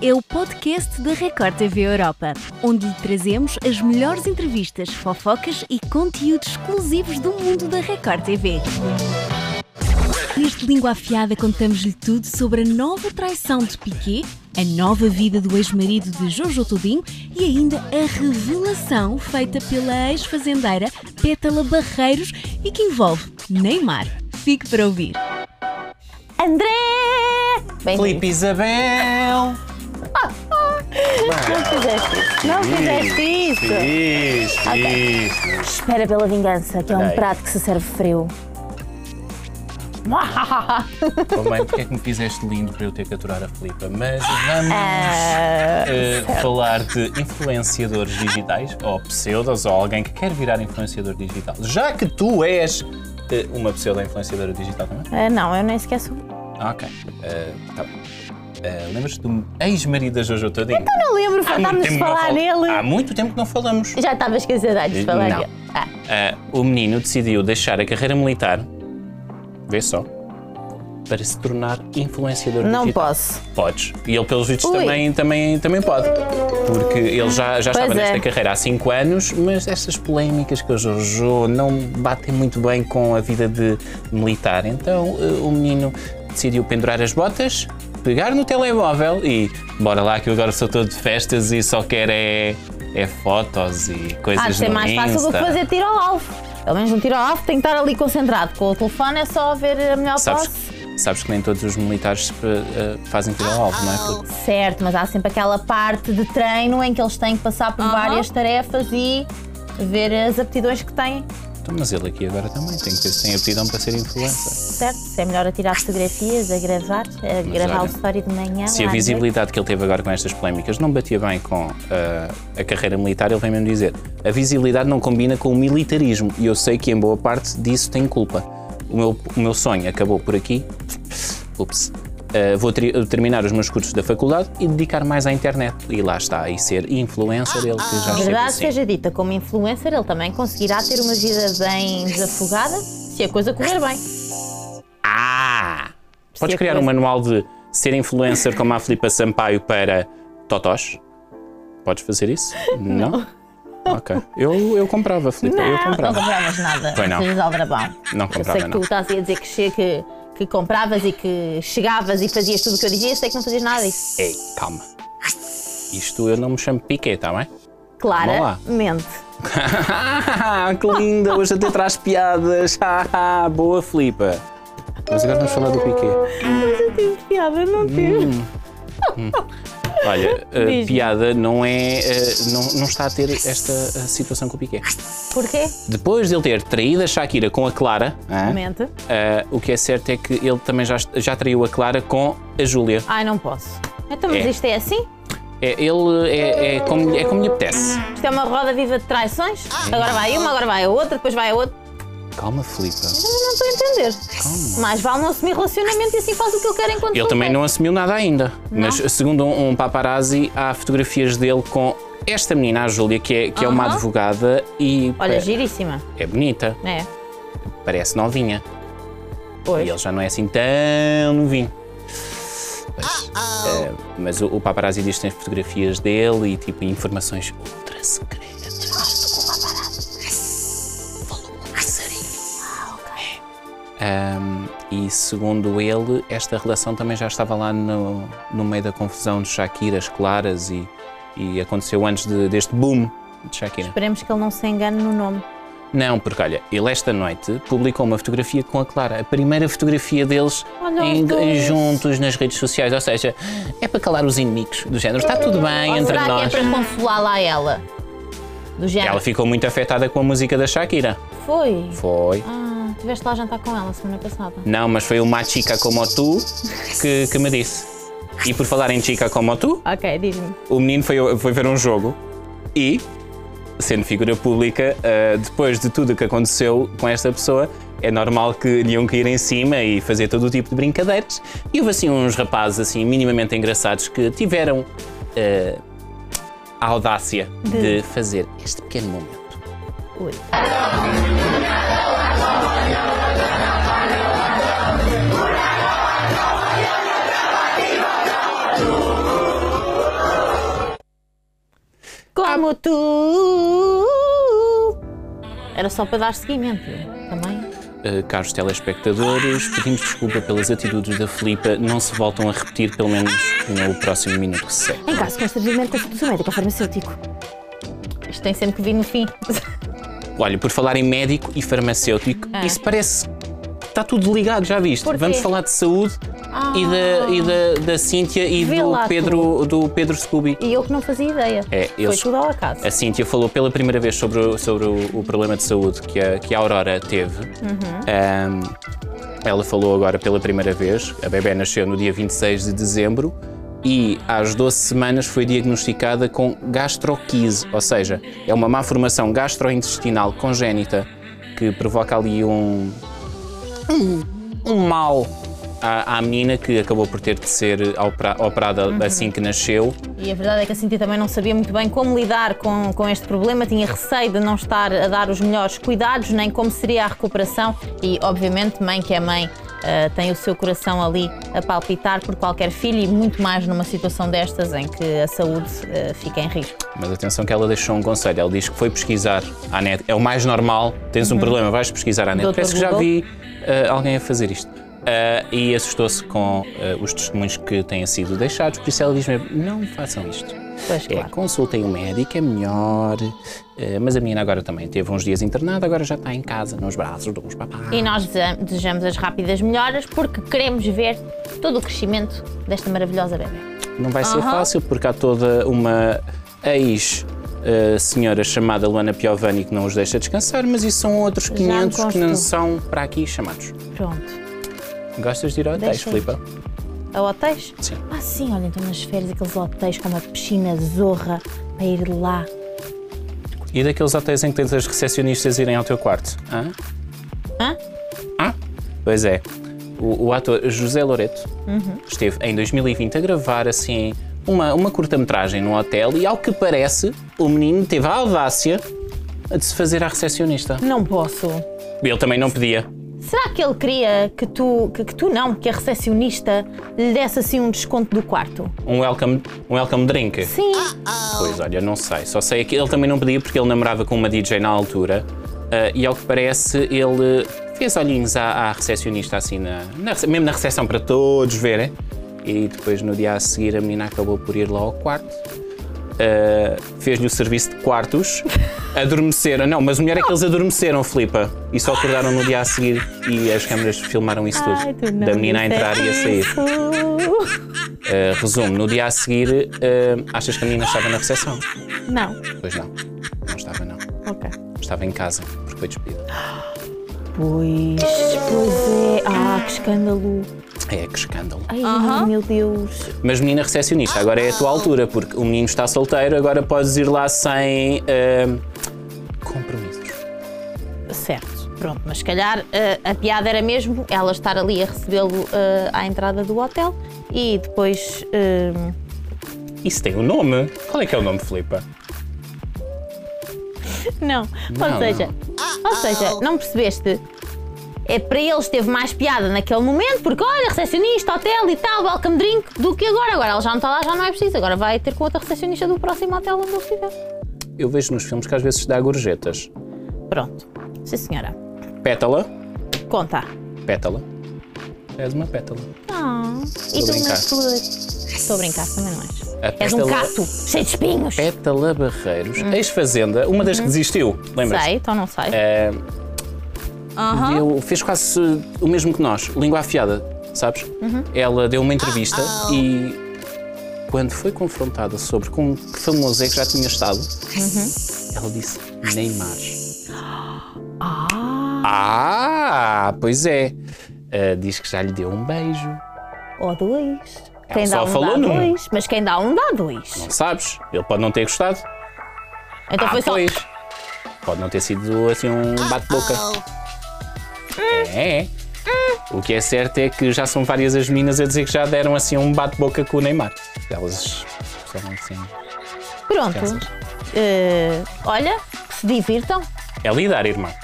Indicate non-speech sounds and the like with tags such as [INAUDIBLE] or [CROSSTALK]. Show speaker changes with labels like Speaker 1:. Speaker 1: é o podcast da Record TV Europa, onde lhe trazemos as melhores entrevistas, fofocas e conteúdos exclusivos do mundo da Record TV. Neste Língua Afiada contamos-lhe tudo sobre a nova traição de Piquet, a nova vida do ex-marido de Jojo Todinho e ainda a revelação feita pela ex-fazendeira Pétala Barreiros e que envolve Neymar. Fique para ouvir.
Speaker 2: André! Bem,
Speaker 3: Felipe Isabel!
Speaker 2: não fizeste isso. Não fizeste isso.
Speaker 3: Isso, isso.
Speaker 2: Espera pela vingança, que é um
Speaker 3: Peraí.
Speaker 2: prato que se serve frio.
Speaker 3: Oh, mãe, porque é que me fizeste lindo para eu ter que aturar a Filipa? Mas vamos
Speaker 2: Ah,
Speaker 3: eh, falar de influenciadores digitais, ou pseudos, ou alguém que quer virar influenciador digital. Já que tu és eh, uma pseudo-influenciadora digital também?
Speaker 2: ah, não, eu nem sequer sou.
Speaker 3: Ah, ok. Eh, tá bom. Eh, Lembras-te do ex-marido da Jojo Todinho? Então
Speaker 2: Não lembro, faltámos de falar nele.
Speaker 3: Há muito tempo que não falamos.
Speaker 2: Já estava esquecida de falar
Speaker 3: Ah. Não.
Speaker 2: dele. Ah,
Speaker 3: Ah, o menino decidiu deixar a carreira militar, vê só, para se tornar influenciador
Speaker 2: não
Speaker 3: digital.
Speaker 2: posso.
Speaker 3: Podes. E ele, pelos vistos,
Speaker 2: Ui.
Speaker 3: também, também, também pode. Porque ele já, já estava
Speaker 2: Pois é.
Speaker 3: nesta carreira há 5 anos, mas estas polémicas que o Jojo não batem muito bem com a vida de militar. Então eh, o menino decidiu pendurar as botas, pegar no telemóvel e bora lá que eu agora sou todo de festas e só quero é, é fotos e coisas
Speaker 2: Ah, isto é
Speaker 3: no
Speaker 2: mais fácil do que
Speaker 3: Insta.
Speaker 2: fazer tiro ao alvo. Pelo menos um tiro ao alvo tem que estar ali concentrado. Com o telefone é só ver a melhor
Speaker 3: Sabes,
Speaker 2: posse.
Speaker 3: sabes que nem todos os militares eh, eh, fazem tiro ao alvo, não é? Porque
Speaker 2: Certo, mas há sempre aquela parte de treino em que eles têm que passar por várias tarefas e ver as aptidões que têm.
Speaker 3: Então, mas ele aqui agora também tem que ter tem aptidão para ser influencer.
Speaker 2: Certo? Se é melhor a tirar fotografias, a gravar, a gravar o
Speaker 3: olha,
Speaker 2: story de manhã.
Speaker 3: Se
Speaker 2: lá
Speaker 3: a
Speaker 2: à
Speaker 3: visibilidade que ele teve agora com estas polémicas não batia bem com ah, a carreira militar, ele vem mesmo dizer a visibilidade não combina com o militarismo e eu sei que em boa parte disso tenho culpa. O meu, o meu sonho acabou por aqui. [LAUGHS] Ups. Ah, vou tri- terminar os meus cursos da faculdade e dedicar mais à internet. E lá está, e ser influencer, ele que já
Speaker 2: noite.
Speaker 3: esteve
Speaker 2: Ah, Verdade
Speaker 3: assim.
Speaker 2: seja dita, como influencer, ele também conseguirá ter uma vida bem desafogada se a coisa correr bem.
Speaker 3: Ah! Podes
Speaker 2: a
Speaker 3: criar um
Speaker 2: coisa-
Speaker 3: manual de ser influencer como a Filipa Sampaio para Totós? Podes fazer isso? Não? Ok. Eu, eu comprava, Filipa, eu
Speaker 2: não
Speaker 3: comprava.
Speaker 2: compravas nada.
Speaker 3: Pois não.
Speaker 2: Sejas aldrabão.
Speaker 3: Não
Speaker 2: Eu
Speaker 3: comprava,
Speaker 2: sei que tu
Speaker 3: não.
Speaker 2: estás aí a dizer que, che- que, que compravas e que chegavas e fazias tudo o que eu dizia, eu sei que não fazias nada disso.
Speaker 3: Ei, calma. Isto eu não me chamo Piquet, tá bem? [LAUGHS] lá.
Speaker 2: Claramente.
Speaker 3: que linda, hoje até traz piadas. [LAUGHS] Boa, Filipa. Mas agora vamos falar do Piquet.
Speaker 2: Tive piada, não tive.
Speaker 3: Hum. Olha, a
Speaker 2: Diz-me.
Speaker 3: piada não é. eh, não, não está a ter esta eh, situação com o Piquet.
Speaker 2: Porquê?
Speaker 3: Depois de ele ter traído a Shakira com a Clara, hã?
Speaker 2: Mente.
Speaker 3: Ah, o que é certo é que ele também já, já traiu a Clara com a Júlia.
Speaker 2: Ai, não posso. Então, mas
Speaker 3: É.
Speaker 2: isto é assim?
Speaker 3: É, ele é, é como, é como lhe apetece.
Speaker 2: Isto é uma roda viva de traições?
Speaker 3: Ah.
Speaker 2: Agora vai uma, agora vai a outra, depois vai a outra.
Speaker 3: Calma, Filipa.
Speaker 2: Eu não estou a entender. Mais vale não assumir relacionamento e assim faz o que eu quero enquanto
Speaker 3: Ele
Speaker 2: solteiro.
Speaker 3: também não assumiu nada ainda. Mas segundo um, um paparazzi, há fotografias dele com esta menina, a Júlia, que é, que é uma
Speaker 2: Aham.
Speaker 3: advogada e
Speaker 2: Olha,
Speaker 3: pa-
Speaker 2: giríssima.
Speaker 3: é bonita,
Speaker 2: É.
Speaker 3: parece novinha.
Speaker 2: Pois.
Speaker 3: E ele já não é assim tão novinho. Mas, eh, mas o, o paparazzi diz que tem fotografias dele e tipo informações ultra secretas. Ah, Ahm, e segundo ele, esta relação também já estava lá no, no meio da confusão de Shakiras claras e, e aconteceu antes de- deste boom de Shakira.
Speaker 2: Esperemos que ele não se engane no nome.
Speaker 3: Não, porque olha, ele esta noite publicou uma fotografia com a Clara, a primeira fotografia deles
Speaker 2: Olha os
Speaker 3: em-
Speaker 2: dois.
Speaker 3: juntos nas redes sociais, ou seja, é para calar os inimigos do género. Está tudo bem
Speaker 2: Ou
Speaker 3: entre
Speaker 2: será
Speaker 3: nós.
Speaker 2: que é para consolá-la a ela? Do género.
Speaker 3: Ela ficou muito afetada com a música da Shakira.
Speaker 2: Foi.
Speaker 3: Foi.
Speaker 2: Ah, estiveste lá a jantar com ela semana passada.
Speaker 3: Não, mas foi uma chica como tu que, que me disse. E por falar em chica como tu,
Speaker 2: Ok, diz-me.
Speaker 3: o menino foi, foi ver um jogo e, sendo figura pública, ah, depois de tudo o que aconteceu com esta pessoa, é normal que lhe iam cair em cima e fazer todo o tipo de brincadeiras. E houve assim uns rapazes assim minimamente engraçados que tiveram ah, a audácia de fazer este pequeno momento.
Speaker 2: Ui. como tu. Era só para dar seguimento também.
Speaker 3: Uh, caros telespectadores, pedimos desculpa pelas atitudes da Filipa, não se voltam a repetir, pelo menos no próximo minuto 7.
Speaker 4: Em caso de constrangimento, consulta médica ou farmacêutico.
Speaker 2: Isto tem sempre que vir no [LAUGHS] fim.
Speaker 3: Olha, por falar em médico e farmacêutico,
Speaker 2: Ah.
Speaker 3: isso parece. Está tudo ligado, já viste?
Speaker 2: Porquê?
Speaker 3: Vamos falar de saúde e da, e da, da Cíntia e
Speaker 2: Vê
Speaker 3: do
Speaker 2: lá tu.
Speaker 3: Pedro, do Pedro Scooby.
Speaker 2: E eu que não fazia ideia.
Speaker 3: É,
Speaker 2: Foi
Speaker 3: eles-
Speaker 2: tudo ao acaso.
Speaker 3: A Cíntia falou pela primeira vez sobre o, sobre o, o problema de saúde que a, que a Aurora teve. Ahm, ela falou agora pela primeira vez. A bebê nasceu no dia 26 de dezembro e às 12 semanas foi diagnosticada com gastroquise, ou seja, é uma má formação gastrointestinal congénita que provoca ali um, um, um mal à, à menina que acabou por ter de ser opera- operada assim que nasceu.
Speaker 2: E a verdade é que a Cintia também não sabia muito bem como lidar com, com este problema, tinha receio de não estar a dar os melhores cuidados, nem como seria a recuperação. E, obviamente, mãe que é mãe ah, tem o seu coração ali a palpitar por qualquer filho e muito mais numa situação destas em que a saúde ah, fica em risco.
Speaker 3: Mas atenção que ela deixou um conselho. Ela diz que foi pesquisar à net. É o mais normal. Tens um problema, vais pesquisar à net.
Speaker 2: Uhum. Doutor
Speaker 3: Parece que já
Speaker 2: Google.
Speaker 3: vi ah, alguém a fazer isto. Ah, e assustou-se com ah, os testemunhos que têm sido deixados. Por isso ela diz mesmo, não façam isto.
Speaker 2: Pois,
Speaker 3: É,
Speaker 2: claro.
Speaker 3: consultem o médico, é melhor. Ah, mas a menina agora também teve uns dias internada, agora já está em casa, nos braços dos papás.
Speaker 2: E nós dese- desejamos as rápidas melhoras porque queremos ver todo o crescimento desta maravilhosa bebê.
Speaker 3: Não vai ser fácil, porque há toda uma ex-senhora chamada Luana Piovani que não os deixa descansar, mas isso são outros
Speaker 2: me
Speaker 3: 500 que não
Speaker 2: consta.
Speaker 3: são para aqui chamados.
Speaker 2: Pronto.
Speaker 3: Gostas de ir ao hotéis,
Speaker 2: Deixa-me.
Speaker 3: Filipa?
Speaker 2: A hotéis?
Speaker 3: Sim.
Speaker 2: Ah, sim, olha, então nas férias, aqueles hotéis com uma piscina zorra para ir lá.
Speaker 3: E daqueles hotéis em que tens as recepcionistas irem ao teu quarto? Hã?
Speaker 2: Hã?
Speaker 3: Hã? Pois é. O, o ator José Loreto
Speaker 2: Uhum.
Speaker 3: esteve em 2020 a gravar assim uma, uma curta-metragem num hotel e, ao que parece, o menino teve a audácia de se fazer à recepcionista.
Speaker 2: Não posso.
Speaker 3: Ele também não pedia.
Speaker 2: Será que ele queria que tu, que, que tu não, que a recepcionista lhe desse assim um desconto do quarto?
Speaker 3: Um welcome, um welcome drink?
Speaker 2: Sim.
Speaker 3: Pois olha, não sei. Só sei que ele também não pedia porque ele namorava com uma DJ na altura ah, e ao que parece ele fez olhinhos à, à recepcionista assim, na, na rece- mesmo na recepção para todos verem. E depois no dia a seguir a menina acabou por ir lá ao quarto. ah, Fez-lhe o serviço de quartos, adormeceram. Não, mas o melhor é que eles adormeceram, Filipa, e só acordaram no dia a seguir. E as câmaras filmaram isso tudo: da menina a entrar e a sair. Uh, resumo, no dia a seguir, uh, achas que a menina estava na recepção?
Speaker 2: Não.
Speaker 3: Pois não, não estava não.
Speaker 2: Ok.
Speaker 3: Estava em casa, porque foi despedida.
Speaker 2: Pois, pois é. Ah, que escândalo.
Speaker 3: É, que escândalo.
Speaker 2: Ai, meu Deus.
Speaker 3: Mas menina recepcionista, agora é a tua altura, porque o menino está solteiro, agora podes ir lá sem uh, compromissos.
Speaker 2: Certo. Pronto, mas se calhar eh, a piada era mesmo ela estar ali a recebê-lo eh, à entrada do hotel e depois. eh,
Speaker 3: Isso tem um nome? Qual é que é o nome, Filipa?
Speaker 2: Não.
Speaker 3: Não,
Speaker 2: ou seja, ou seja, não percebeste? É para eles teve mais piada naquele momento, porque olha, recepcionista, hotel e tal, welcome drink, do que agora. Agora ela já não está lá, já não é preciso. Agora vai ter com outra recepcionista do próximo hotel onde ele estiver.
Speaker 3: Eu vejo nos filmes que às vezes dá gorjetas.
Speaker 2: Pronto. Sim, senhora.
Speaker 3: Pétala,
Speaker 2: Conta.
Speaker 3: pétala. És uma pétala.
Speaker 2: Ah,
Speaker 3: a
Speaker 2: e tu
Speaker 3: brincar.
Speaker 2: uma flor. Estou a brincar, também não és.
Speaker 3: A
Speaker 2: És um
Speaker 3: pétala-
Speaker 2: gato, cheio de espinhos.
Speaker 3: Pétala Barreiros, ex-fazenda, uma das que desistiu, lembras?
Speaker 2: Sei, então não sei.
Speaker 3: Eh, deu- fez quase o mesmo que nós, língua afiada, sabes? Ela deu uma entrevista e quando foi confrontada sobre com que famoso é que já tinha estado, ela disse Neymar. Ah, pois é. Eh, diz que já lhe deu um beijo,
Speaker 2: Ou dois. Quem
Speaker 3: só
Speaker 2: dá um
Speaker 3: falou
Speaker 2: dá
Speaker 3: num.
Speaker 2: dois. Mas quem dá um dá dois.
Speaker 3: sabes? Ele pode não ter gostado.
Speaker 2: Então foi
Speaker 3: ah,
Speaker 2: só. Ah,
Speaker 3: pois. Pode não ter sido assim um bate-boca. É. O que é certo é que já são várias as meninas a dizer que já deram assim um bate-boca com o Neymar. Elas são assim.
Speaker 2: Pronto.
Speaker 3: Pensas?
Speaker 2: Eh, olha, que se divirtam.
Speaker 3: É lidar, irmã.